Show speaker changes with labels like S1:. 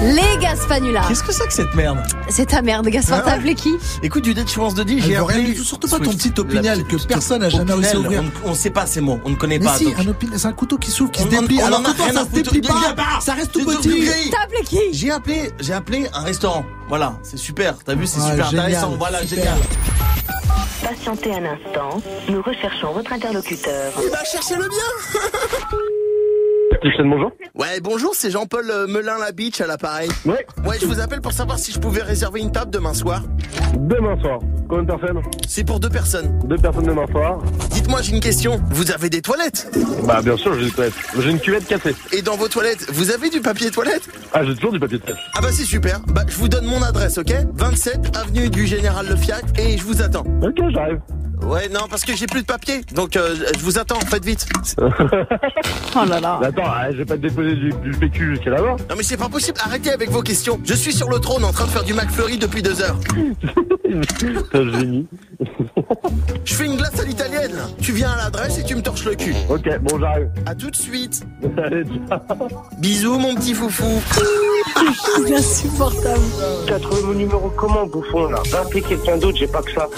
S1: Les Gaspanulas.
S2: Qu'est-ce que c'est que cette merde
S1: C'est ta merde, Gaspard.
S2: Ah
S1: T'as
S2: ouais
S1: appelé qui
S2: Écoute, du Dead de dit, j'ai
S3: Elle veut Ah, rien
S2: appelé
S3: du tout, surtout pas ton
S2: Swift.
S3: petit opinel
S2: La
S3: que personne n'a jamais
S2: opinel,
S3: réussi à ouvrir.
S2: On ne sait pas ces mots, on ne connaît
S3: Mais
S2: pas.
S3: si,
S2: donc.
S3: un opinel, c'est un couteau qui s'ouvre, qui
S2: On-
S3: se déplie.
S2: on en
S3: Alors
S2: a
S3: que toi,
S2: rien à
S3: ça se
S2: foutre
S3: déplie
S2: de- de-
S3: pas.
S2: de-
S3: Ça reste
S2: de-
S3: tout
S2: de-
S3: petit.
S2: de-
S1: T'as appelé qui
S2: J'ai appelé, j'ai appelé un restaurant. Voilà, c'est super. T'as vu, c'est
S3: Ah,
S2: super
S3: génial,
S2: intéressant. Voilà,
S3: super.
S2: génial.
S4: Patientez un instant, nous recherchons votre interlocuteur.
S2: Il va chercher le bien.
S5: Christiane, bonjour.
S2: Ouais, bonjour, c'est Jean-Paul euh, Melin la Beach à l'appareil.
S5: Ouais,
S2: Ouais, je vous appelle pour savoir si je pouvais réserver une table demain soir.
S5: demain soir. Combien de personnes
S2: C'est pour deux personnes.
S5: Deux personnes demain soir.
S2: Dites-moi, j'ai une question. Vous avez des toilettes
S5: Bah, bien sûr, j'ai une toilette. J'ai une cuvette cassée.
S2: Et dans vos toilettes, vous avez du papier toilette
S5: Ah, j'ai toujours du papier de toilette.
S2: Ah bah c'est super. Bah je vous donne mon adresse, ok 27 avenue du Général Le Fiac et je vous attends.
S5: Ok, j'arrive.
S2: Ouais non parce que j'ai plus de papier, donc euh, je vous attends. Faites vite.
S1: Oh là là.
S5: Attends, ah, je vais pas te déposer du, du PQ jusqu'à là-bas.
S2: Non mais c'est pas possible. Arrêtez avec vos questions. Je suis sur le trône en train de faire du McFlurry depuis deux heures.
S5: T'es un génie.
S2: Je fais une glace à l'italienne. là. Tu viens à l'adresse et tu me torches le cul.
S5: Ok, bon, j'arrive.
S2: À tout de suite.
S5: Allez, ciao.
S2: Bisous mon petit foufou.
S1: C'est insupportable.
S5: T'as trouvé mon numéro comment, bouffon, là Va appeler quelqu'un d'autre, j'ai pas que ça.